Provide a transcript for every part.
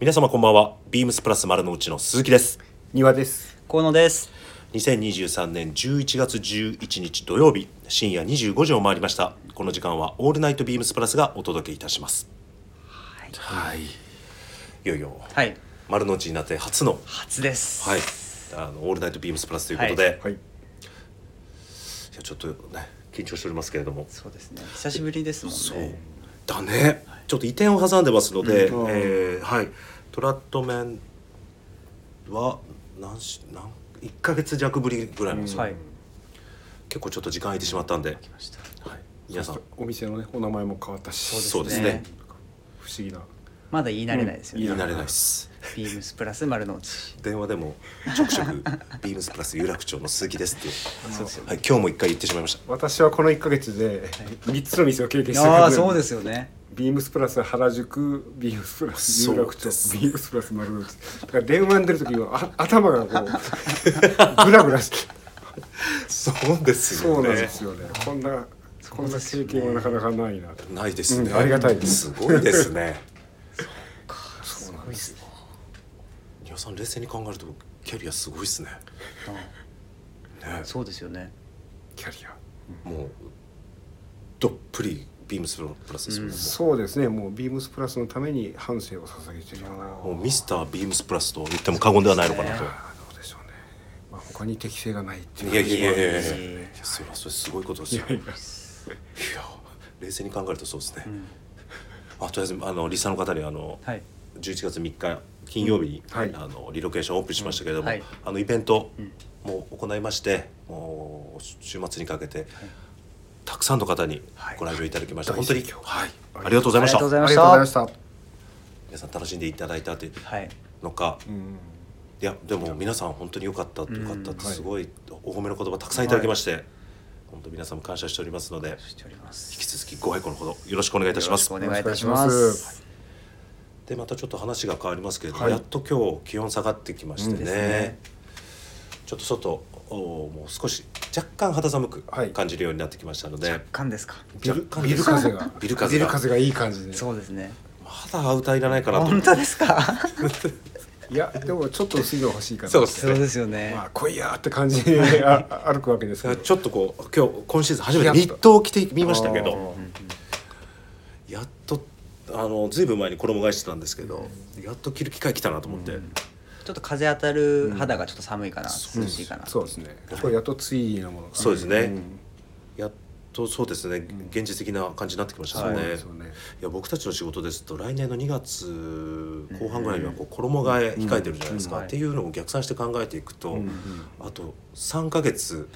皆様こんばんは。ビームスプラス丸の内の鈴木です。庭です河野です2023年11月11日土曜日深夜25時を回りました。この時間はオールナイトビームスプラスがお届けいたします。はい。いよいよはい丸の内になって初の初ですはいあのオールナイトビームスプラスということで、いはいやちょっとね緊張しておりますけれども。そうですね久しぶりですもんねそうだね、ちょっと移転を挟んでますので、うんえーはい、トラットメンは何し何1か月弱ぶりぐらいなんですよ、はい結構ちょっと時間空いてしまったんで、来ましたはい、皆さんお店のねお名前も変わったしそうですね不思議なまだ言い慣れないですよ言いね、慣れないですビームスプラス丸の内電話でもちょくちょく「 ビームスプラス有楽町の鈴木です」って、そうですよはい、今日も一回言ってしまいました私はこの1か月で3つの店を経験してああるそうですよねビームスプラス原宿ビームスプラスそう有楽町ですビームスプラス丸の内だから電話に出る時はあ頭がこう グラグラしてそうですそようなんねですよねこんなこんなですよ経ね験はなかなかないなとないですね、うんありがたいですすごいですね すごいですね丹羽さん冷静に考えるとキャリアすごいですねねそうですよねキャリアもうどっぷりビームスプラスですもんね、そうですねもうビームスプラスのために半生を捧げてるようなもうミスタービームスプラスと言っても過言ではないのかなと、あーどうでしょうね、まあ、他に適性がないっていういやいやいやいやいやいやいやいやいやそれはそれすごいことですよいや冷静に考えるとそうですね、あとりあえずあのリスナーの方にあの、はい11月3日金曜日に、はいあのリロケーションオープンしましたけれども、うんはいあのイベントもう行いまして、もう週末にかけて、たくさんの方にご来場いただきました、はい本当に、大盛況はい、ありがとうございましありがとうごたざいあまりしがとうございたました皆さん楽しんでいただいたというはいのか、うんいやでも皆さん本当に良かった良かったってはいすごいお褒めの言葉たくさんいただきまして、本当皆さんも感謝しておりますのでしております引き続きご愛顧のほどよろしくお願いいたしますよろしくお願いいたしますよろしくお願いしでまたちょっと話が変わりますけれども、はいやっと今日気温下がってきましてね,、うんですねちょっと外おもう少し若干肌寒くはい感じるようになってきましたので、勘ですかビル若干ビル風がビル風ががいい感じでそうですねまだアウターいらないかなと本当ですかいやでもちょっと薄いの欲しいからそうです そうですよねまあ来いやーって感 じであ歩くわけですけだからどちょっとこう今日今シーズン初めてやっとニットを着てみましたけあーどやっとあのずいぶん前に衣替えしてたんですけど、やっと着る機会来たなと思って、ちょっと風当たる肌がちょっと寒いかな、そう涼しいかなそうですねこれやっとツイーのものがそうですね、んやっとそうですね現実的な感じになってきましたそうよね,、ですよねいや僕たちの仕事ですと来年の2月後半ぐらいにはこう衣替え控えてるじゃないですか、うんうんっていうのを逆算して考えていくと、あと3ヶ月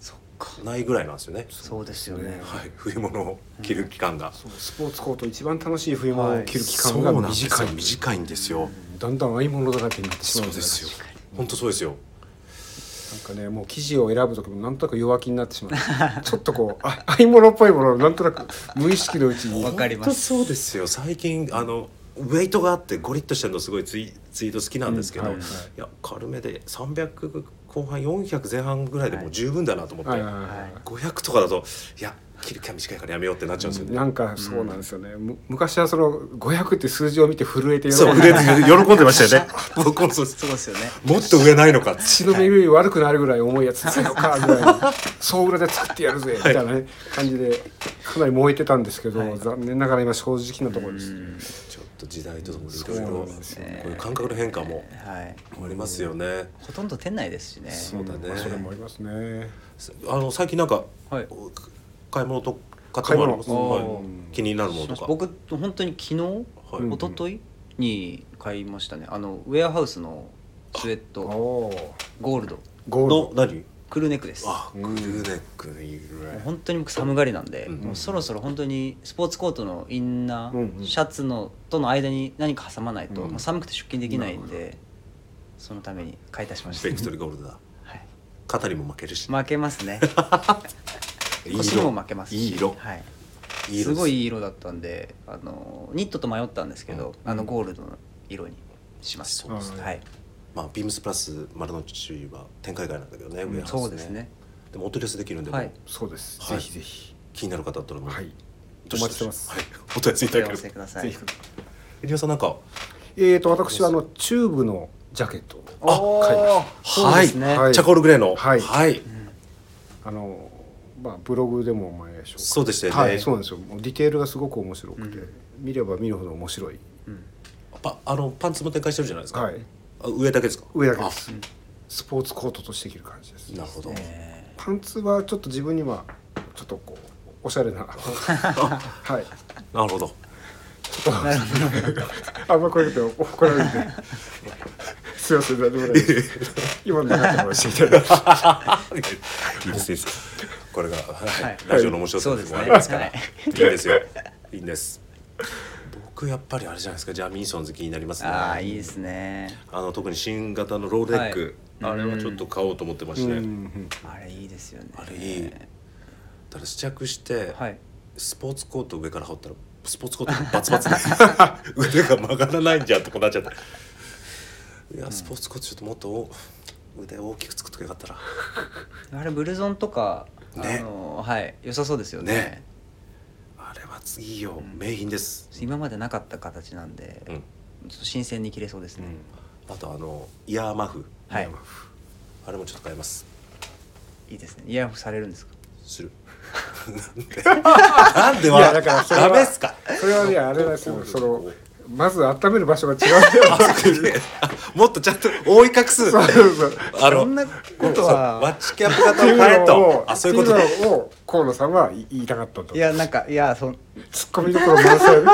そっかないぐらいなんですよね、そうですよねはい、冬物を着る期間が、そうスポーツコート一番楽しい冬物を着る期間そうがなんですよ短い短いんですよ、だんだん合い物だらけになってしそまううですよ本当そうですよなんかねもう生地を選ぶ時もなんとなく弱気になってしまうちょっとこうあ合い物っぽいものをなんとなく無意識のうちにわかります本当そうですよ最近あのウェイトがあってゴリッとしてるのすごいツイツイート好きなんですけど、ういんはいはいや軽めで300後半400前半ぐらいでもう十分だなと思って、はいはいはい500とかだといや切る気は短いからやめようってなっちゃうんですよね。なんかそうなんですよね、む昔はその500って数字を見て震えて喜そうん腕喜んでましたよね。 僕もそうですそうですよねもっと上ないのか。血の巡り悪くなるぐらい重いやつ強かぐらいの総裏で作ってやるぜみたいな、ね、感じでかなり燃えてたんですけど、残念ながら今正直なところです、ちょっと時代とともにいろいろそうこなんですよういう感覚の変化もはいありますよね。ほとんど店内ですしねそうだねまあそれもありますねあの最近なんか、はい買い物とかってもあります、買い物はい気になるものとか。僕本当に昨日、はい一昨日に買いましたねあのウェアハウスのスウェッおトおーゴールドゴーのルド何？クルーネックですもあ、グルーネックのいぐらうい。本当に僕寒がりなんで、うんもうそろそろ本当にスポーツコートのインナー、うんうんシャツのとの間に何か挟まないと、うんもう寒くて出勤できないんでそのために買い足しましベたク、トルゴールドだ。はい、肩にも負けるし。負けま すねいい腰に色。も負けますしいい色。はい、いい色すでごいいい色だったんであのニットと迷ったんですけど、あのゴールドの色にしました、そうですねはい、まあビームスプラス丸の内は展開外なんだけどね、ウェアハウスそうです。ねでもお取り寄せできるんで、はいもうそうです、はいぜひぜひ気になる方だったらもうはいどしどしお待ちしてますはい、お問い合わせいおた寄だけせる。くださぜいひエリオさんなんかええー、と私はあのチューブのジャケットをお買いましーそうですね、はいチャコールグレーの。はいはい。たあの、まあ、ブログでもお前紹介そうでしたよね。はい、そうなんですよもうディテールがすごく面白くて、うん見れば見るほど面白い、パあのパンツも展開してるじゃないですか。はい、あ上だけですか。上だけです、スポーツコートとして着る感じですあなるほど。えパンツはちょっと自分にはちょっとこうおしゃ れなはいなるほど。あんまこういうこと怒られるん ですいません何でもないです今の中でも していただいていいですいいです。これが、はいはいラジオの面白ー、さそうのでとこすろねありますから。はいいいですよ。いいんです。僕やっぱりあれじゃないですか。ジャミーソン好きになりますね。ああいいですねあの特に新型のローレック、はいあれはちょっと買おうと思ってましうて、んうんあれいいですよねあれいい。ただ試着して、はいスポーツコート上から羽織ったらスポーツコートバツバツ で腕が曲がらないんじゃんってこうなっちゃった。いやスポーツコートちょっともっとお腕大きく作っとけばよかったな。あれブルゾンとか、ねあのはい良さそうですよねねあれは次いいよ名品です。今までなかった形なんで、うん。ちょっと新鮮に切れそうですね、あとあのイヤーマフ、はいあれもちょっと買います。いいですねイヤホンされるんですかす る。なんでいやなんだでからはそれはダメっすか。それはねあれなんですよそのまず温める場所が違うんだよもっとちゃんと覆い隠す。そうそうそうあそのんなことそうはワッチキャップ型を変えと。あそういうこと。っていうのを河野さんは言いたかったといやなんかいやそんツッコミどころ満載で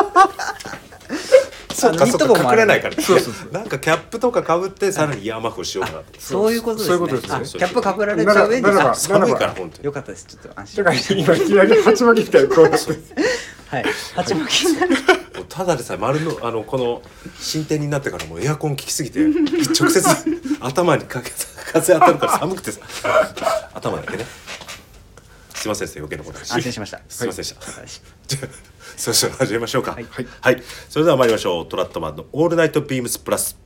そうあかのそニットう帽もかあ隠るれないから。そうそうそうなんかキャップとかかぶってさらにイヤーマフをしようかなと。そういうことですねそういうことですねあキャップかぶられちゃう上にならばならばあ寒いから本当に。よかったですちょっと安だ心から今いきなり鉢巻きみたいなこうなって はい鉢巻きになるただでさえ丸のあのこの進展になってからもうエアコン効きすぎて直接頭にかけ風当たるから寒くてさ頭だけねすいません余計なこと安心しましたすいませんでした、はいじゃあそろそろ始めましょうかはいはい、それでは参りましょうトラットマンの「オールナイトビームスプラス」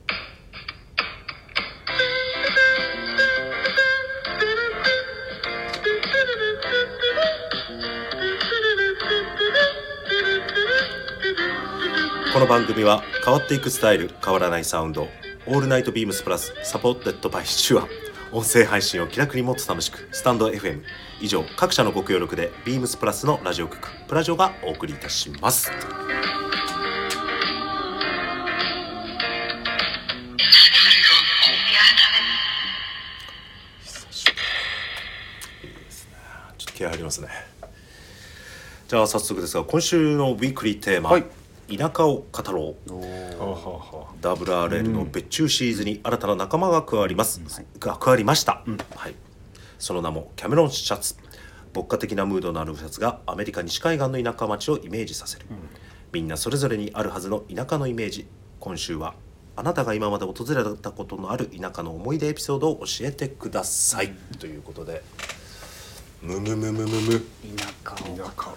この番組は変わっていくスタイル変わらないサウンド「オールナイトビームスプラス」サポーテッドバイシュア音声配信を気楽にもっと楽しくスタンド FM 以上各社のご協力でビームスプラスのラジオ局プラジオがお送りいたしますちょっと気合入りますねじゃあ早速ですが今週のウィークリーテーマ、はい田舎を語ろうは WRL の別注シリーズに新たな仲間が加わります、が加わりました、はい、その名もキャメロンシャツ牧歌的なムードのあるシャツがアメリカ西海岸の田舎町をイメージさせる、みんなそれぞれにあるはずの田舎のイメージ今週はあなたが今まで訪れたことのある田舎の思い出エピソードを教えてください、ということでむむむむむむ田舎を田舎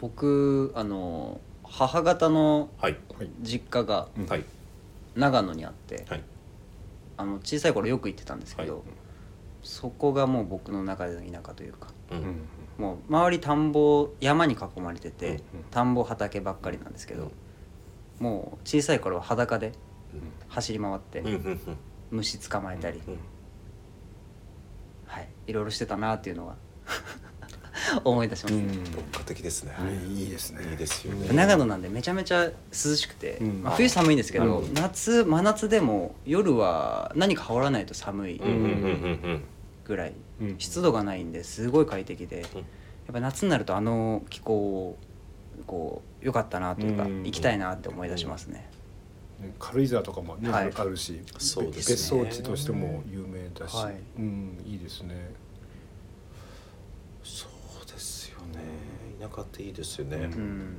僕あの母方のはい実家がはい長野にあって、はいあの小さい頃よく行ってたんですけど、はいそこがもう僕の中での田舎というかううんんもう周り田んぼ山に囲まれてて、うんうん田んぼ畑ばっかりなんですけど、もう小さい頃は裸で走り回って、うんうんうん虫捕まえたり、うんはい、いろいろしてたなっていうのは 思い出します、ね牧歌的ですね、いいですねいいですよね長野なんでめちゃめちゃ涼しくて、うんまあ、冬寒いんですけなるどほど夏真夏でも夜は何か羽織らないと寒いうんうんうんうんぐらい、うん湿度がないんですごい快適で、うんやっぱ夏になるとあの気候こう良かったなというか、うん行きたいなって思い出しますね、軽井沢とかも、ねはいあるしそうですね別荘地としても有名だし、はいうん、いいですねそうですよね田舎っていいですよね、うんうん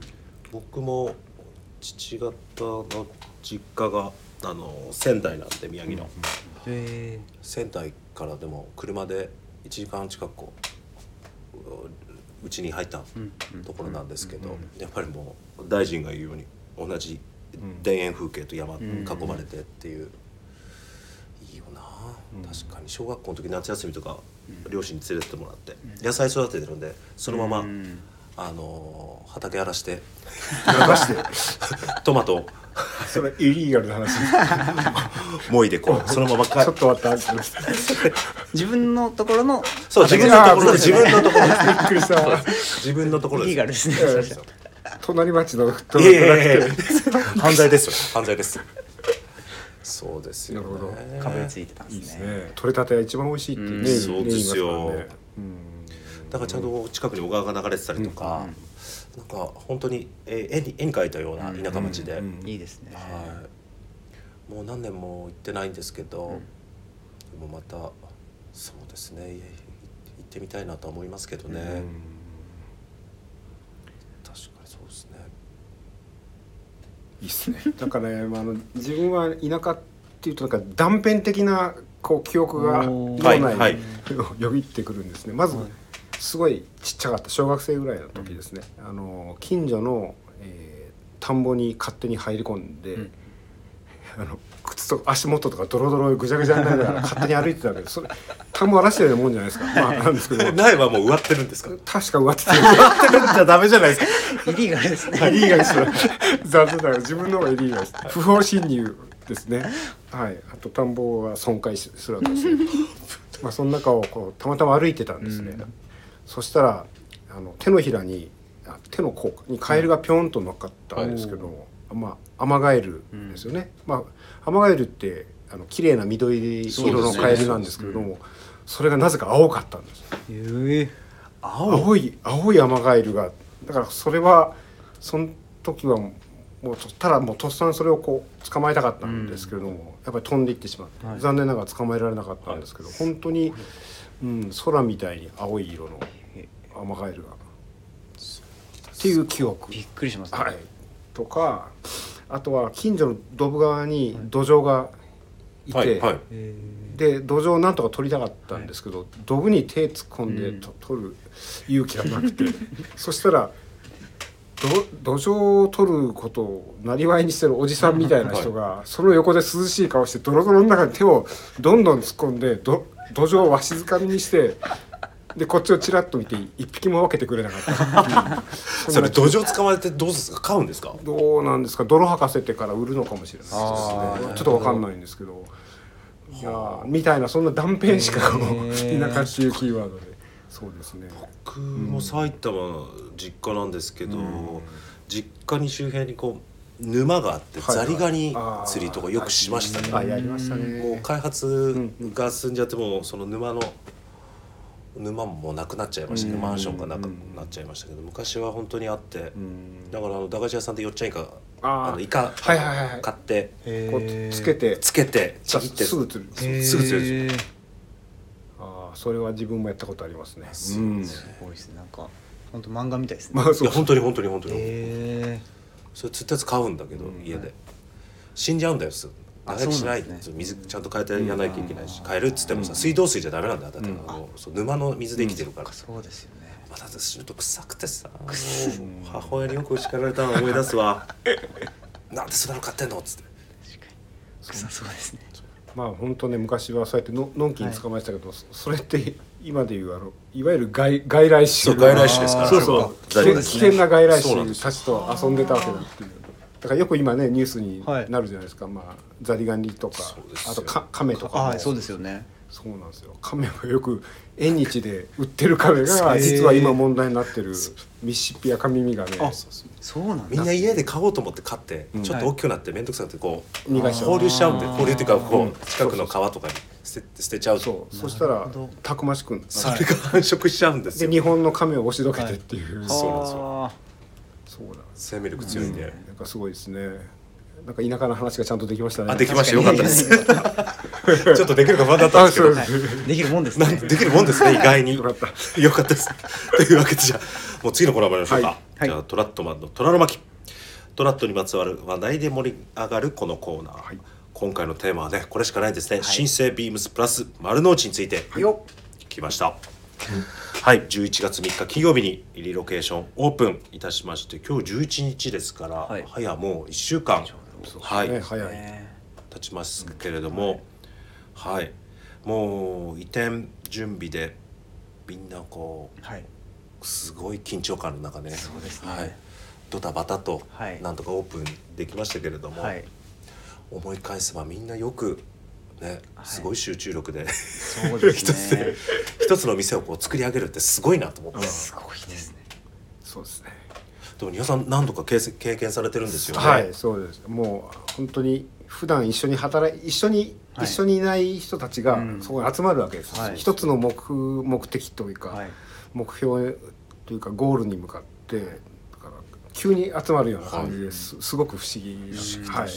僕も父方の実家があの仙台なんで宮城の、へ仙台からでも車で1時間近くこううちに入ったうんうんところなんですけど、うんやっぱりもう大臣が言うように同じ田園風景と山ん囲まれてっていう、いいよなうん確かに小学校の時夏休みとか両親に連れてってもらって野菜育ててるんでそのまま、うんああのー畑荒らして 流し てトマトをそれイリーガルな話 もいでこうそのままか ちょっと待ってあ自分のところのそう自分のところ自分のところびっくりした自分のところリーガルでですすねええそしたら隣町のトいラやッいやいやいクや犯罪ですよ犯罪ですそうですよ、ね、なるほどかぶりついてたんですねね取れたてが一番美味しいっていうね、うんそうですよね言いますからねだからちゃんと近くに小川が流れてたりとか、なんか本当にえ絵に絵に描いたような田舎町で、うんうんうんいいですねはい、もう何年も行ってないんですけど、でもまたそうですねい行ってみたいなとは思いますけどね、確かにそうですねいいっ すねだからね、まあ、あの自分は田舎っていうとなんか断片的なこう記憶が脳おー内に、はいはいよぎってくるんですねまず、すごいちっちゃかった小学生ぐらいの時ですね、あの近所の、えー田んぼに勝手に入り込んで、うんあの靴と足元とかドロドロぐちゃぐちゃになりながら勝手に歩いてたわけですそれ田んぼ荒らしてるようなもんじゃないですかまあなんですけど苗はもう植わってるんですか確か上手ってたじゃダメじゃないですかイリーガルですねイリーガルです。残念ながら自分の方がイリーガルです。不法侵入ですね。はい。あと田んぼは損壊するわけです よ。まあその中をこうたまたま歩いてたんですね。そしたらあの手のひらにあ手の甲かにカエルがぴょんと乗っかったんですけど、まあアマガエルですよね。まあアマガエルってあの綺麗な緑色のカエルなんですけれども、それがなぜか青かったんです。え青い青いアマガエルがだからそれはその時はもうとただもうとっさにそれをこう捕まえたかったんですけれども、やっぱり飛んでいってしまって、はい残念ながら捕まえられなかったんですけど、本当に、うん、空みたいに青い色のアマガエルがっていう記憶、びっくりしますねはい、とかあとは近所のドブ川に土壌がいて、はいはいえで土壌をなんとか取りたかったんですけど、ドブに手突っ込んでと、取る勇気がなくてそしたらど土壌を取ることをなりわいにしてるおじさんみたいな人が、その横で涼しい顔してドロドロの中に手をどんどん突っ込んでど土壌をわしづかみにしてでこっちをちらっと見て一匹も分けてくれなかったっていうそ そんれな土壌捕まえてどうす買うんですかどうなんですか泥吐かせてから売るのかもしれないですねあーちょっとわかんないんですけどいやーみたいなそんな断片しかこうへー田舎っていうキーワードでそうですね僕も埼玉の実家なんですけど、実家に周辺にこう沼があってはいザはいリガニ釣りとかよくしましたね、あやりましたねもう開発が進んじゃってもうその沼の沼もなくなっちゃいましたね、マンションがなくなっちゃいましたけど昔は本当にあって、だからあの駄菓子屋さんでよっちゃんイカああーのイカはいはいはいはい買ってこうつけてつけてちぎってすぐ釣るそうすぐ釣れるんですよああそれは自分もやったことありますねうんすごいですねなんか本当漫画みたいですねまあいそやう本当に本当に本当に、えそれ釣ったやつ買うんだけど、家で死んじゃうんだよすぐあ長生きしないそうなんですね水ちゃんと変えてやらなきゃいけないし、変えるっつってもさ水道水じゃダメなんだよだって、あのそう沼の水で生きてるから、そうですよねまたすると臭くてさもう母親によく叱られたのを思い出す わなんでそんなの買ってんのっつって確かに臭そうですねまあ本当ね昔はそうやってののんきに捕まえてたけど、そそれって今でいうあのいわゆる外外来そ種う外来種ですからそうそう危そう険で危すね険な外来そうなんで種すたちと遊んでたわけだっていうだからよく今ねニュースになるじゃないですか、まあ、ザリガニとかそうですよあとカカメとかもああそうですよねそうなんですよカメはよく縁日で売ってるカメが実は今問題になってるミシシッピアカミミガメそうなんだみんな家で買おうと思って買って、んちょっと大きくなって面倒くさくてこう逃がしちゃう放流しちゃうんであー放流っていうかうこんう近くの川とかに捨て捨てちゃうそとうそしたらほどたくましくなってそれが繁殖しちゃうんですでよ日本のカメを押しどけてっていう、そうなんですよそうなんです生命力強いんで、なんかすごいですね。なんか田舎の話がちゃんとできましたね。あできましたよ確かかっにたですちょっとできるか不安だったんあ、ですけどそうです。できるもんですなんねできるもんですね意外によかったよかったです というわけでじゃあもう次のコーナー参りましょうか、はいはいじゃあトラットマンの虎の巻トラットにまつわる話題で盛り上がるこのコーナー、今回のテーマはねこれしかないんですね、新生ビームスプラス丸の内についてよ来ましたはい11月3日金曜日にリロケーションオープンいたしまして今日11日ですから、はい早もう1週間はい、ね、早い。え経ちますけれども、はい、もう移転準備でみんなこうーはいすごい緊張感の中ねそうですねはい、ドタバタとはいなんとかオープンできましたけれども、はい思い返せばみんなよく、ね、はいすごい集中力で、そうですね 一つの店をこう作り上げるってすごいなと思って、うんすごいですねそうですねでも丹羽さん何度か経経験されてるんですよね。はいそうですもう本当に普段一緒に働い一緒に、はい一緒にいない人たちがうんそこに集まるわけです、はい一つの目目的というか、はい目標というかゴールに向かってだから急に集まるような感じです、すごく不思議なんですはい、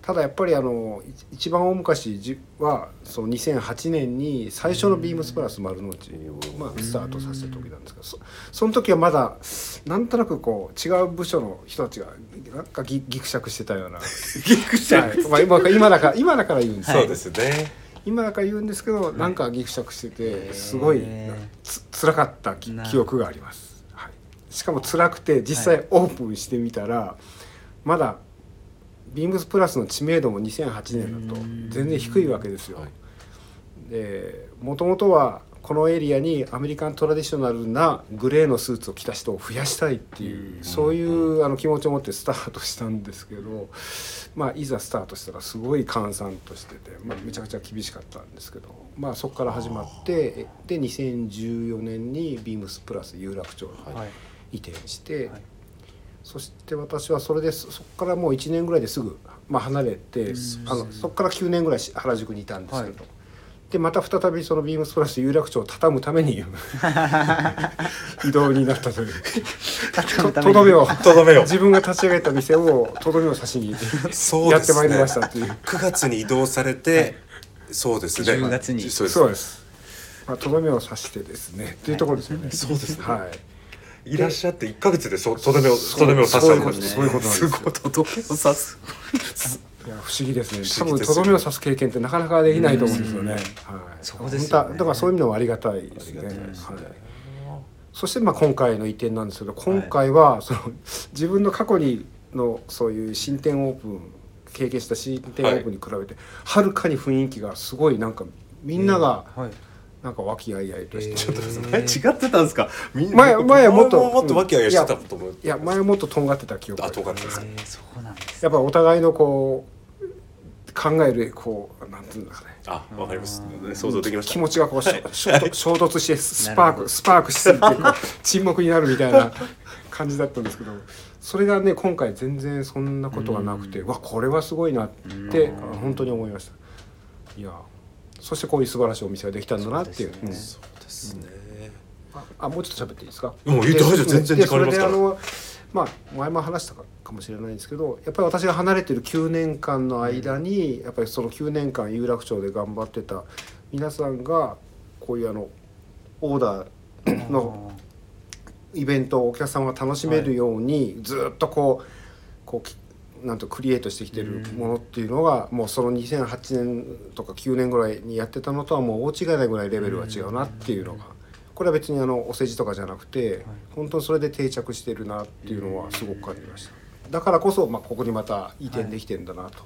ただやっぱりあのい一番大昔じはその2008年に最初のビームスプラス丸の内を、まあ、スタートさせた時なんですけどそその時はまだなんとなくこう違う部署の人たちがなんかぎぎくしゃくしてたような、は ぎくしゃくいまあ、今今だから今だから言うんですよ、そうですね。今だから言うんですけどなんかぎくしゃくしててすごいへーつ辛かったきな記憶があります、はい、しかも辛くて実際オープンしてみたら、まだビームスプラスの知名度も2008年だと全然低いわけですよはいでもともとはこのエリアにアメリカントラディショナルなグレーのスーツを着た人を増やしたいっていうそういうあの気持ちを持ってスタートしたんですけど、まあ、いざスタートしたらすごい閑散としてて、まあ、めちゃくちゃ厳しかったんですけど、まあ、そこから始まってで2014年にビームスプラス有楽町にはい移転して、はいそして私はそれでそそこからもう1年ぐらいですぐ、まあ、離れて、あのそこから9年ぐらいし原宿にいたんですけど、はでまた再びそのビームスプラス有楽町を畳むために移動になったというととどめをとどめを自分が立ち上げた店をとどめを差しにそうやでっすてまね。いりましたという9月に移動されて、そうですね。 10月にそうですそうですまあとどめを刺してですねっていうところですよね、そうですねはいいらっしゃって一ヶ月でそとどめをとどめを刺したんですねそういうことですそういうこすごとなんですよいとどめを刺す。いや不思議ですね。不思議多分ですよねとどめを刺す経験ってなかなかできないと思うんですよね。はい。そこですよ本当ねはだからそういう意味でもありがたいですね。ありがたいですねはい。そしてまあ今回の移転なんですけど、今回はその自分の過去にのそういう新店オープン経験した新店オープンに比べてはるかに雰囲気がすごいなんかみんながはいなんか和気あいあいとして。ちょっとですね。違ってたんですか。みんな前前はもっともっとわけあいあいしてたと思う。いや前はもっととんがってた記憶があとかですえね。ーそうなんですやっぱお互いのこう考えるこうなんていうんですかねあわかります。想像できました。気持ちがこう、しょ衝突衝突してススパーなるほどクスパークしすぎてこう沈黙になるみたいな感じだったんですけどそれがね今回全然そんなことがなくてわこれはすごいなってうん本当に思いましたいやそしてこういう素晴らしいお店ができたんだなっていうそうですねうんそうですね。あもうちょっと喋っていいですかもういいで大丈夫全然で時間ありますからそれであのまあ前も話したかかもしれないんですけどやっぱり私が離れてる9年間の間に、やっぱりその9年間有楽町で頑張ってた皆さんがこういうあのオーダーのイベントをお客さんが楽しめるように、ずっとこうこうきなんとクリエイトしてきてるものっていうのが、もうその2008年とか9年ぐらいにやってたのとはもう大違いないぐらいレベルは違うなっていうのが、これは別にあのお世辞とかじゃなくて、本当にそれで定着してるなっていうのはすごく感じました。だからこそ、まあ、ここにまた移転できてんだなと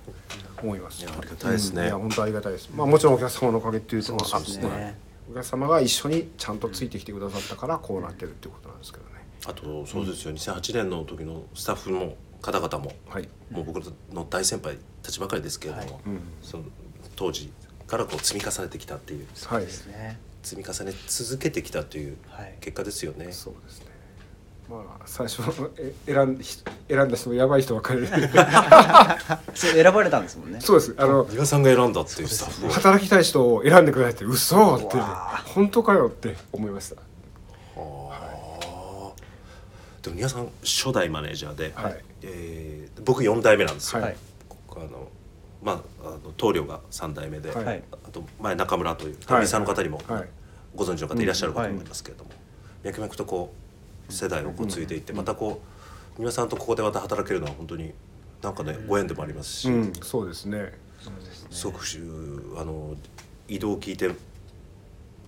思います。いやありがたいですねうんいや本当ありがたいです。まあもちろんお客様のおかげっていうところそうですねはいお客様が一緒にちゃんとついてきてくださったからこうなってるってことなんですけどね。あとそうですよ。2008年の時のスタッフも方々もはい。もう僕の大先輩たちばかりですけれども、はいうん。その当時からこう積み重ねてきたっていうそうですね積み重ね続けてきたというはい結果ですよね。そうですね。まあ最初のえ選んひ選んだ人もやばい人ばっかりで。 そう選ばれたんですもんねそうです。あの庭さんが選んだっていうスタッフを。働きたい人を選んでくださいって嘘ってうわ本当かよって思いました。あーでも庭さん初代マネージャーで、はいえー僕4代目なんですよ。はいあのまあ、あの棟梁が3代目で、はいはいあと前中村というはい旅さんの方にもはいご存知の方いらっしゃるかとうん思いますけれども、脈々とこう世代をこう継いでいって、またこう皆さんとここでまた働けるのは本当になんかね、ご縁でもありますし、うん、そうですね。すごくしゅあの移動を聞いてる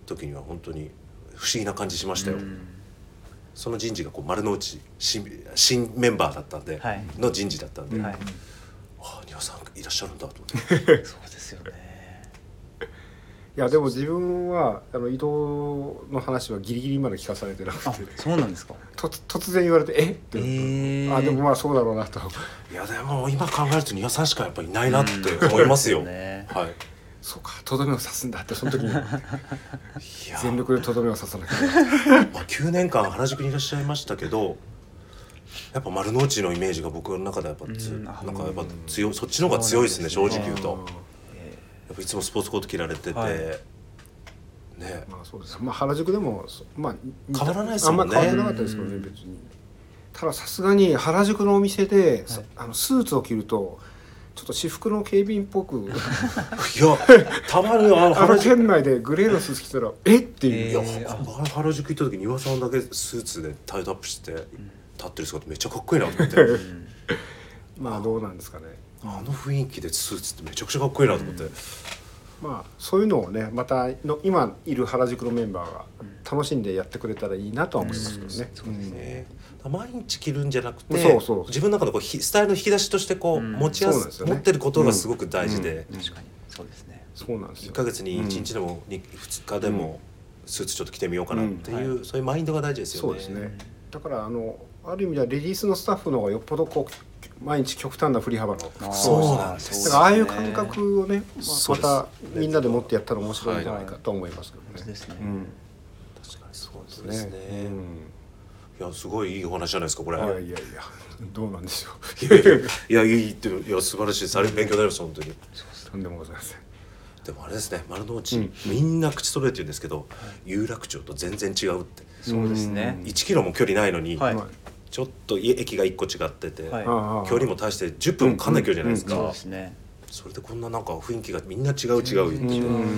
時には本当に不思議な感じしましたよ。その人事がこう丸の内新新メンバーだったんで、はいの人事だったんで、 はいああ丹羽さんいらっしゃるんだと思ってそうですよねいやでも自分はあの移動の話はギリギリまで聞かされてなくあてそうなんですかとつ突然言われて「えっ?」てえ思って、あーでもまあそうだろうなといやでも今考えると丹羽さんしかやっぱいないなって思いますよ。うんそうですはい。そうかとどめを刺すんだってその時にいや全力でとどめを刺さなくてまあ9年間原宿にいらっしゃいましたけど。やっぱ丸の内のイメージが僕の中ではやっぱつ、うんなあんかやっぱ強いそっちの方が強いですねそう正なんです直ね言うとえやっぱいつもスポーツコート着られてて、はいねまあそうです、まあ、原宿でもそまあ変わらないですもんねあんま変わらなかったですけどねうん別にたださすがに原宿のお店で、そはいあのスーツを着るとちょっと私服の警備員っぽくいやたまにあのあの原宿店内でグレーのスーツ着たら「えっ?」ていう、いや、えーあ原宿行った時に岩さんだけスーツでタイトアップして立ってる姿めっちゃかっこいいなと思 って、えうんまあどうなんですかねあの雰囲気でスーツってめちゃくちゃかっこいいなと思って、まあそういうのをねまたの今いる原宿のメンバーが楽しんでやってくれたらいいなとは思いますけどね。うんそうですね毎日着るんじゃなくてそうそう自分の中のこうひスタイルの引き出しとしてこう、うん持ちやそうなんですすよね持ってることがすごく大事で、うん確かにそうですねそうなんです1よ。か月に1日でも 2, 日でもスーツちょっと着てみようかなっていう、うんそういうマインドが大事ですよね。そうですね。だからあのある意味ではレディースのスタッフの方がよっぽどこう毎日極端な振り幅の服装をしてそうなんですだからああいう感覚をね、まそうですあ、またみんなで持ってやったら面白いんじゃないかと思いますけどね。そうですねうん確かにそうでですすねね。いやすごいいいお話じゃないですかこうれ。ん、いいやいやいや、どうなんでしょやう。いやいいっていや素晴らしいですあれ勉強になりました本当に。とんでもございません。でもあれですね丸の内、うんみんな口揃えて言うんですけど、有楽町と全然違うってそうですねうん1キロも距離ないのに、はいまちょっと家駅が1個違ってて、はいあああ距離も大して10分もかかんない距離じゃないですか、そうですねそれでこんななんか雰囲気がみんな違う違うっていう、うん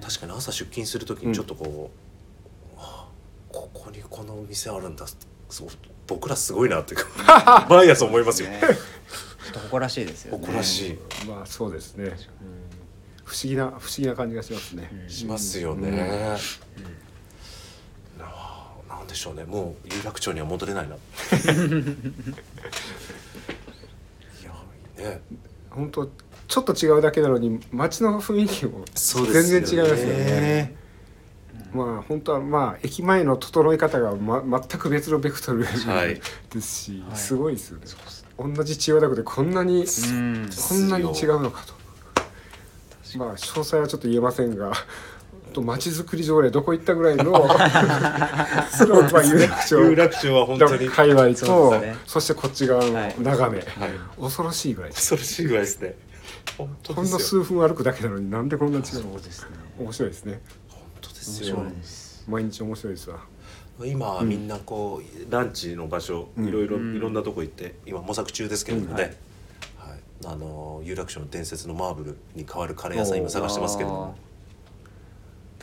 確かに朝出勤する時にちょっとこう、あここにこのお店あるんだそう僕らすごいなっていうか 毎朝思いますよ、ねちょっと誇らしいですよね誇らしい、まあそうですね。うん不思議な不思議な感じがしますね。しますよね、なあなんでしょうねもう有楽町には戻れ ないないやね本当ちょっと違うだけなのに街の雰囲気もそうで全すよ然ね違いますよね。まあ本当はまあ駅前の整え方が、ま、全く別のベクトルはいですし、はいすごいですよね。同じ千代田区でこんなにうんこんなに違うのかと。まあ詳細はちょっと言えませんが。と街づくり条例どこ行ったぐらいのそのまあ有楽町有楽町は本当に界隈とそうそ,、ですねしてこっち側の眺め、はい恐ろしいぐらいです恐ろしいぐらいですね本当ほでんのすよ数分歩くだけなのになんでこんな違うのそうですね面白いですね本当で面すよ白いです毎日面白いですわ今みんなこうランチの場所うんいろいろうんいろんなとこ行って今模索中ですけれどもうねはいあの有楽町の伝説のマーブルに変わるカレー屋さん今探してますけれども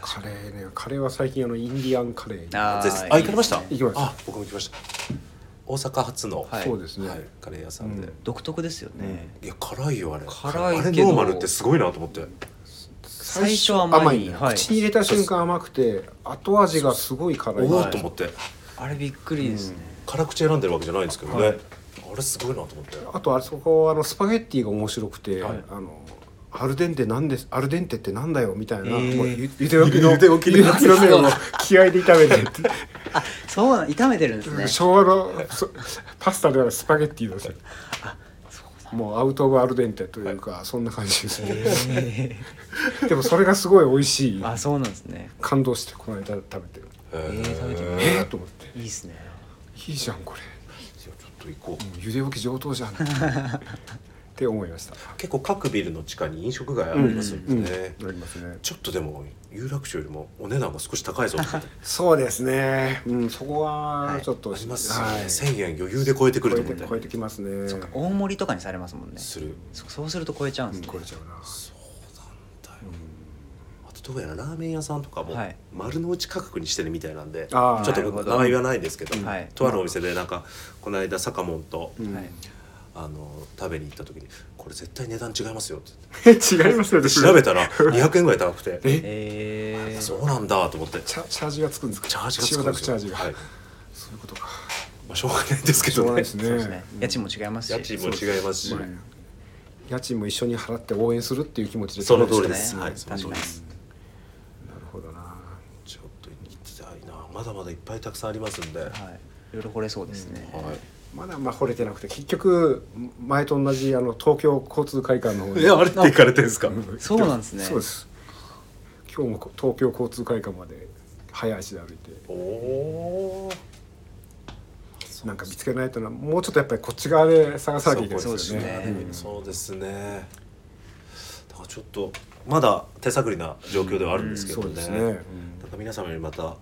カレーねカレーは最近あのインディアンカレーにあーあですいいあ行かれました行きましたあ僕も行きました大阪発のはいそうですね、はいカレー屋さんで、うん独特ですよねいや辛いよあれ辛いあれけどノーマルってすごいなと思って最初甘いねはい口に入れた瞬間甘くて後味がすごい辛いおおはとい思ってあれびっくりですね辛口選んでるわけじゃないんですけどね、はいあれすごいなと思ってあとあそこあのスパゲッティが面白くて、はいあのアルデンテなんですアルデンテってなんだよみたいな、えーもうゆゆでおきのゆでおきのゆでおきの麺を気合で炒めてってあそうなん炒めてるんですね昭和のそパスタではスパゲッティですよもうアウト・オブ・アルデンテというか、そんな感じですねへでもそれがすごい美味しい ーあそうなんですね感動してこの間食べてえー食べてみようえいやー、と思っていいですねいいじゃんこれちょっと行こうもうゆでおき上等じゃんって思いました結構各ビルの地下に飲食街ありますよね、ありますねちょっとでも有楽町よりもお値段が少し高いぞってそうですねうんそこははいちょっと、ありますよね、はい1000円余裕で超えてく超ると思えってて超えてきますねそっか大盛りとかにされますもんねするそそうすると超えちゃうんうでんすね超えちゃうなだよあとどうやらラーメン屋さんとかもはい丸の内価格にしてるみたいなんで、あーちょっとなるほ僕ど名前言わないですけど、はいとあるお店でなんかこの間坂門と、うんはいあの食べに行った時に「これ絶対値段違いますよ」って 言っえ違いますよて調べたたら200円ぐらい高くてえ「えーそうなんだ」と思ってチャチャージがつくんですかチャージがつ千くん代田で区すチャよージが、はいそういうことかまあ、しょうがないんですけしょうどがないねですねそうですねうん家賃も違いますし家賃も違いますし、まあ家賃も一緒に払って応援するっていう気持ちでその通りです、そうはでいすそねの通りで確かにすまだまだいっぱいたくさんありますんで、はいいろいろ掘れそうですね、まだまあ掘れてなくて結局前と同じあの東京交通会館の方い、やあれって行かれてるんですか、そうなんですねそうです今日もこ東京交通会館まで早足で歩いておおなんか見つけないとなもうちょっとやっぱりこっち側で探さなきゃいけないそうでですすよねねうんそうですねだからちょっとまだ手探りな状況ではあるんですけどそね,、うですね、うんなんか皆様にまた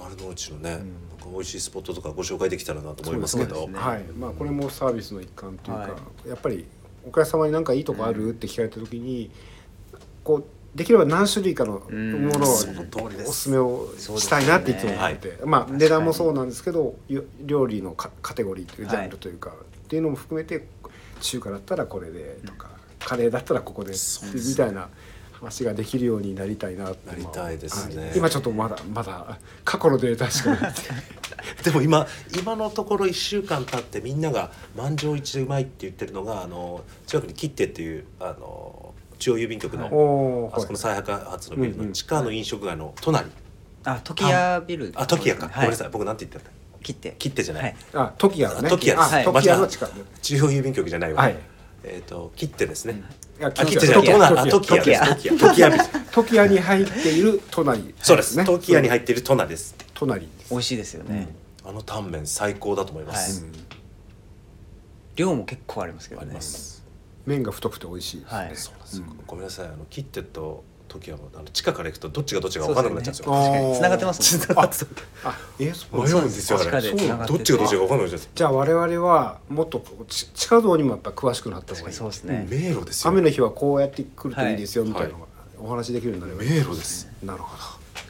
丸の内のね、んなんか美味しいスポットとかご紹介できたらなと思いますけどそうですねはいまあ、これもサービスの一環というか、はやっぱりお客様に何かいいとこある、って聞かれた時にこうできれば何種類かのもうんのをその通りですおすすめをしたいなっていつも思って、まあ、値段もそうなんですけどよ料理のカカテゴリーというジャンルというか、っていうのも含めて中華だったらこれでとか、カレーだったらここでそうですみたいな話ができるようになりたいなってなりたいですねはい今ちょっとまだまだ過去のデータしか ないでも今今のところ1週間経ってみんなが満場一致でうまいって言ってるのがあの近くに切手っていうあの中央郵便局の、おーあそこの再開発のビルの地下の飲食街の隣、あ時屋ビルあ時やか、はいごめんなさい僕なんて言ってた切って切手じゃないはいあ、トキヤのね。あトキヤですはいあトキヤの近く。中央郵便局じゃないわ、はいえっ、と切手ですね、ああ切手手じゃトないキ隣ヤあ時やです時や時やビルトキヤに入っている隣。 そうですね時やに入っている隣です隣です。美味しいですよね、あのタンメン最高だと思います、はい量も結構ありますけどありねます、麺が太くて美味しいですね。はいそうなんですよ、ごめんなさいあの切手と時やもあの地下から行くとどっちがどっちが分からなくなっちゃうんですよそうですねつながってますもんねあ、あえそう迷うんですよあそうれ地下で繋がっててどっちがどっちが分かんないじゃないですかじゃあ我々はもっとこうち地下道にもやっぱ詳しくなった確方がいかにい。そうですね、迷路ですよ雨の日はこうやって来るといいですよみたいなのがお話できるようになればいい。迷路ですなるほ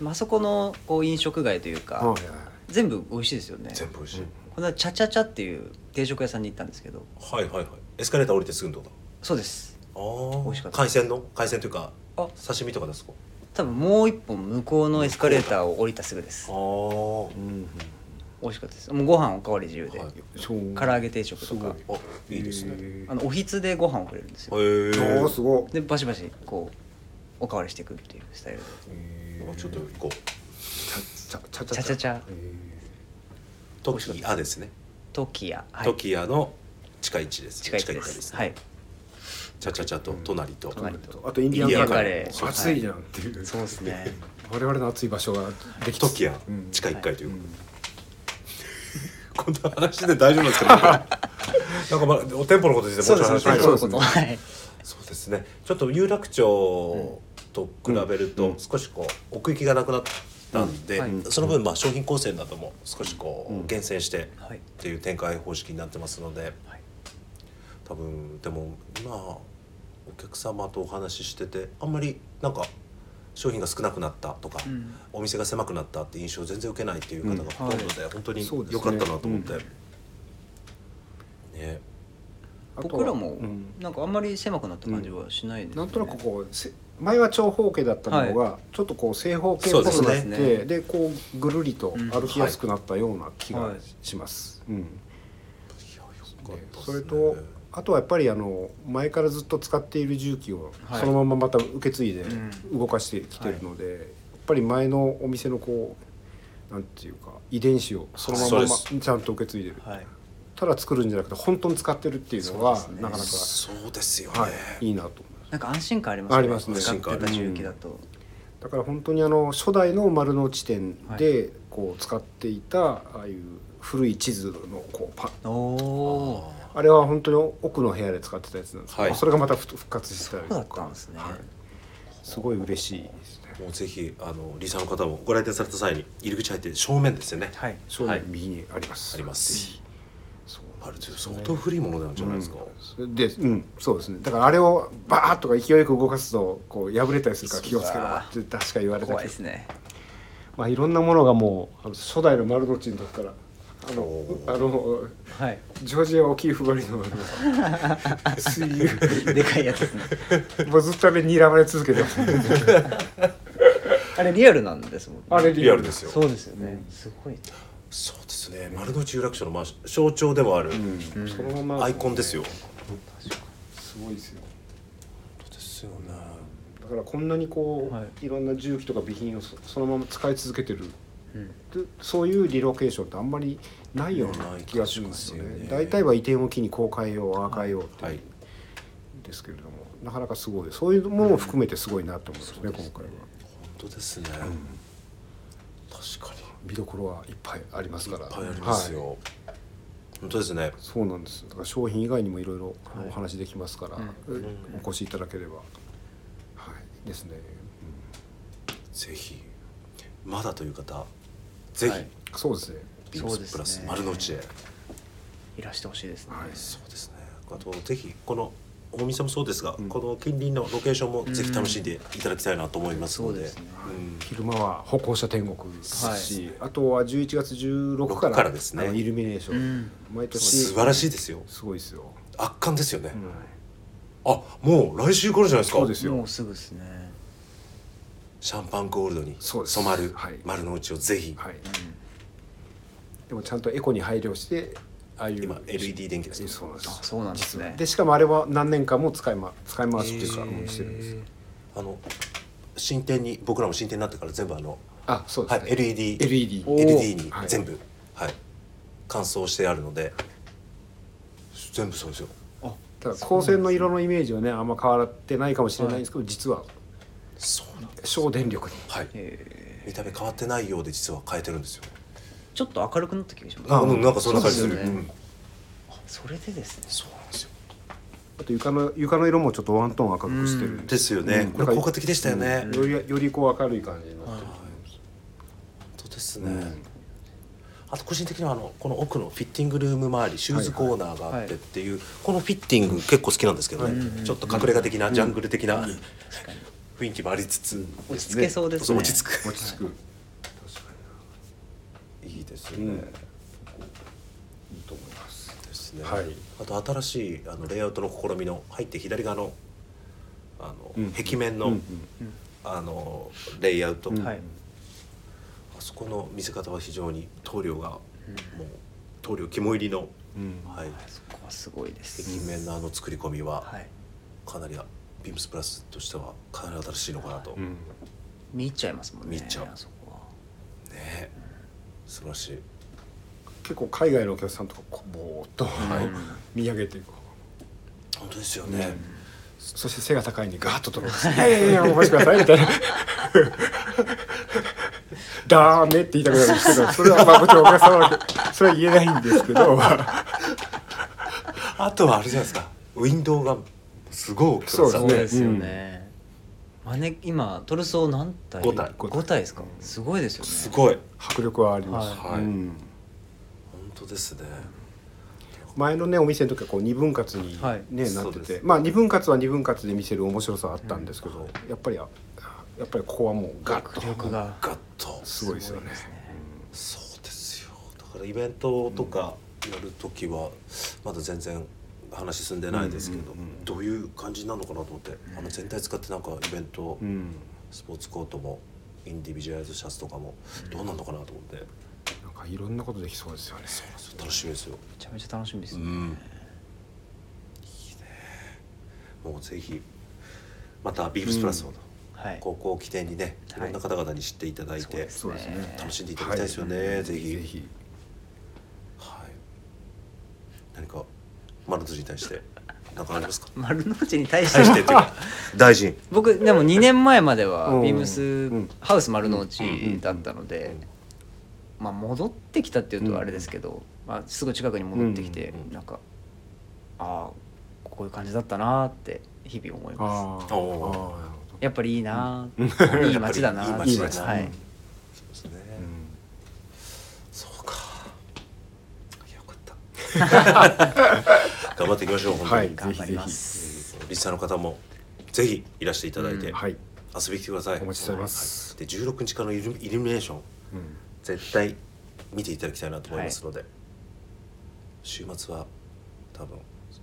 まああそこのこう飲食街というか、ど。はいはい。全部美味しいですよね全部美味しい、この間チャチャチャっていう定食屋さんに行ったんですけどはいはいはいエスカレーター降りてすぐのとこそうですああ美味しかった海鮮の海鮮というかあ刺身とかですか多分もう一本向こうのエスカレーターを降りたすぐですああうん。美味しかったですもうご飯おかわり自由で、はいそう。唐揚げ定食とかあいいですねへへあのおひつでご飯をくれるんですー。よおえーすごい。でバシバシこうおかわりしていくっていうスタイルでちょっとこうちゃちゃチャチャチャトキアですねトキヤはいトキアの地下一です近いですはいチャチャチャと隣と隣とあとインディアンカレインディアンカレーー暑いじゃんっていう、そうですね 我々の暑い場所ができトキアうん地下一階というこんな話で大丈夫なんですかね なんかまあお店舗のことでそうですね申し訳ないそうですそういうことはいそうですねちょっと有楽町と比べると少しこう奥行きがなくなったんで、うんはいその分まあ商品構成なども少しこう厳選してはいっていう展開方式になってますので、い多分でも今お客様とお話ししててあんまりなんか商品が少なくなったとか、うんお店が狭くなったって印象を全然受けないっていう方がほとんどで、本当にそうですね良かったなと思って。うね、あとは僕らもうんなんかあんまり狭くなった感じはしないですなよんねとなくこうせ前は長方形だったのが、ちょっとこう正方形っぽくそうなでっすてねで,、こうぐるりとうん歩きやすくなったような気はがいします、うんいや良かっでたっすそねれとあとはやっぱりあの前からずっと使っている重機をはいそのまままた受け継いでうん動かしてきてるので、やっぱり前のお店のこうなんていうか遺伝子をそのまそうまでますちゃんと受け継いでる、はいただ作るんじゃなくて本当に使ってるっていうのはそうですねなかなか、そうですよね、はい、いいなと思います。なんか安心感ありますありますね使ってた重機だとだから本当にあの初代の丸の内店でこう使っていたああいう古い地図のこうパおおああれは本当に奥の部屋で使ってたやつなんですけど、はいそれがまたふと復活してたりそうだとったかんですねはいすごい嬉しいですねーもうぜひあのリサの方もご来店された際に入り口入って正面ですよね、はい正はい面右にあります、ありますそうあれって相当古いものなんじゃないですか、うんでうんそうですねだからあれをバーッとか勢いよく動かすとこう破れたりするから気をつけろって確か言われた怖いけでどすねまあいろんなものがもうあの初代の丸の内の時からあのおーあのはいジョージア大きいふわりのあの水牛でかいやつですねもうずっとあれ睨まれ続けてますあれリアルなんですもんねあれリアルですよそうですよねすごいそうですね丸の内有楽町の、まあ、象徴でもある、うんそのままアイコンですよ、すごいですよそうですよねだからこんなにこう、、はいろんな重機とか備品をそそのまま使い続けてるうんそういうリロケーションってあんまりないような気がするんですよない気がしますよねね大体は移転を機にこう変えようああ変えようってはいいうですけれども、なかなかすごいそういうものも含めてすごいなと思うんですね、今回は本当ですね、確かに見どころはいっぱいありますからいっぱいありますはいよ、本当ですねそうなんですだから商品以外にもいろいろお話できますから、うお越しいただければはいですね、ぜひまだという方ぜひ、はういん、そうですねビームそうですスプねラス丸の内へいらしてほしいですね、はいそうですねあとぜひこのお店もそうですが、この近隣のロケーションもぜひ楽しんでいただきたいなと思いますので,、そううんですね昼間は歩行者天国ですし、あとは11月16日からからですねあのイルミネーション、うん毎年素晴らしいですよすごいですよ、圧巻ですよね、うんあもう来週からじゃないですかそうですよもうすぐですねシャンパンゴールドにそうです染まるはい丸の内をぜひ、はい、でもちゃんとエコに配慮してああいう今 LED 電気ですねそうなんですあそうなんですねでしかもあれは何年間も使い,、ま、使い回すっていうか、えーうんしてるんですあの新店に僕らも新店になってから全部あの、あそうですはね、い、LED, LED LED にはい全部、はい乾燥してあるので全部そうですよあただ光線の色のイメージはねあんま変わってないかもしれないんですけど、実はそうなん省電力にはいえ見た目変わってないようで実は変えてるんですよーちょっと明るくなった気がしますあ、うん、なんかそんな感じすそうるですよねうんあそれでですねそうなんですよあと床の床の色もちょっとワントーン赤くしてるんでですよね、うんこれ効果的でしたよね、うんよりよりこう明るい感じになってる、本当ですね、あと個人的にはあのこの奥のフィッティングルーム周りシューズコーナーがあってっていう、このフィッティング結構好きなんですけどね、ちょっと隠れ家的な、ジャングル的な、 雰囲気もありつつ、落ち着けそうですね落ち着く落ち着く、いいですうんね、いいと思いますですね、はいあと新しいあのレイアウトの試みの入って左側のあの、うん壁面の、うんうんあのレイアウト、はいあそこの見せ方は非常に棟梁が、もう棟梁肝入りの、うんはい、そこはすごいです壁面のあの作り込みは、はいかなりあビームスプラスとしてはかなり新しいのかなと、うねん見入っちゃいますもんね見入っちゃうあそこはえ素晴らしい結構海外のお客さんとかこうぼーっと、い見上げていく本当ですよね、そして背が高いんでガーッと取ろうとするいやいやいやお待ちください」みたいな「ダメ」って言いたくなるんですけどそれはまあもちろんお客様はそれは言えないんですけどあとはあれじゃないですかウィンドウがすごい大きさそうそうねですよね、マネ今トルソー何体五体五体ですかすごいですよねすごい迫力はあります、はいうん本当ですね前のねお店の時はこう二分割に、ねはいなっそてうでてすまあ二分割は二分割で見せる面白さはあったんですけど、やっぱりあやっぱりここはもうガッと迫力がガッとすごいですよねそうですよだからイベントとかやるときはまだ全然話進んでないですけど、どういう感じになるのかなと思って、あの全体使ってなんかイベント、うんスポーツコートもインディビジュアルシャツとかもどうなるのかなと思って、なんかいろんなことできそうですよね楽しみですよめちゃめちゃ楽しみですうね、んいいねもうぜひまたビームスプラスをはい高校を起点にね、はいい、ろんな方々に知っていただいそうてで、すそうですね楽しんでいただきたいですよね、ぜひぜひはい何か丸の内に対して何かありますか丸の内に対して対してはっていうか大臣僕でも2年前まではうんビームス、うんハウス丸の内だったので、まあ、戻ってきたっていうとあれですけど、まあ、すぐ近くに戻ってきて、うんうんうんなんかああこういう感じだったなーって日々思いますあーあーおーなるほどやっぱりいいなー、うんいい街だなーっていい街だなはい、そうですね、そうかよかった 頑張っていきましょう本当に、はいぜ頑ひ張ぜりまひすリスナーの方もぜひいらしていただいて、はい遊びに来てくださいお待ちしておりますはいで16日からのイルミイルミネーションうん絶対見ていただきたいなと思いますので、週末は多分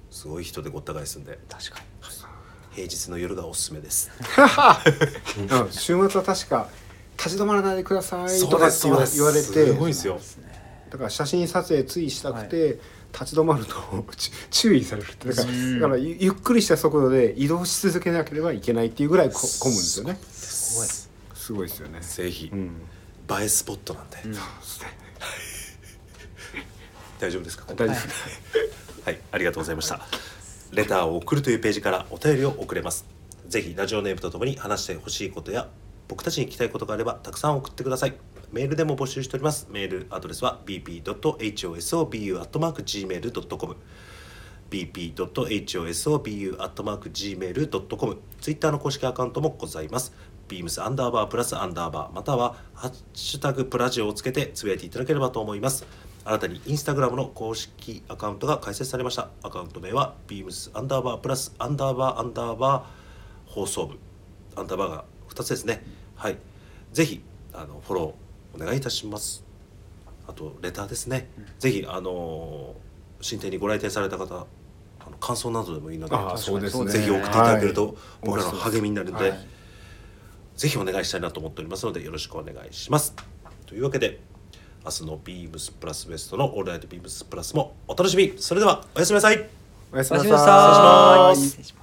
すごい人でごった返すんで確かに平日の夜がおすすめですうん週末は確か立ち止まらないでくださいとそうかでってす言わ言そうわでれすてすごいですよだから写真撮影ついしたくて、立ち止まると ち注意されるってだからだからゆゆっくりした速度で移動し続けなければいけないっていうぐらいこ混むんですよねすすごいですよねぜひうん映えスポットなんで、うん大丈夫ですか大丈夫ですはい、ありがとうございました。レターを送るというページからお便りを送れます。ぜひラジオネームとともに話してほしいことや僕たちに聞きたいことがあればたくさん送ってください。メールでも募集しております。メールアドレスは bp.hosobu.gmail.com bp.hosobu.gmail.com ツイッターの公式アカウントもございます。beams アンダーバープラスアンダーバーまたはハッシュタグプラジオをつけてつぶやいていただければと思います。新たにインスタグラムの公式アカウントが開設されました。アカウント名は beams アンダーバープラスアンダーバーアンダーバー放送部アンダーバーが2つですね。はい。ぜひあのフォローお願いいたします。あとレターですね、ぜひあのー新店にご来店された方あの感想などでもいいのでああそうですねぜひ送っていただけると、はい僕らの励みになるので、はいぜひお願いしたいなと思っておりますのでよろしくお願いしますというわけで明日のビームスプラスウエストのオールナイトビームスプラスもお楽しみそれではおやすみなさいおやすおみやなさすみなさいい失礼します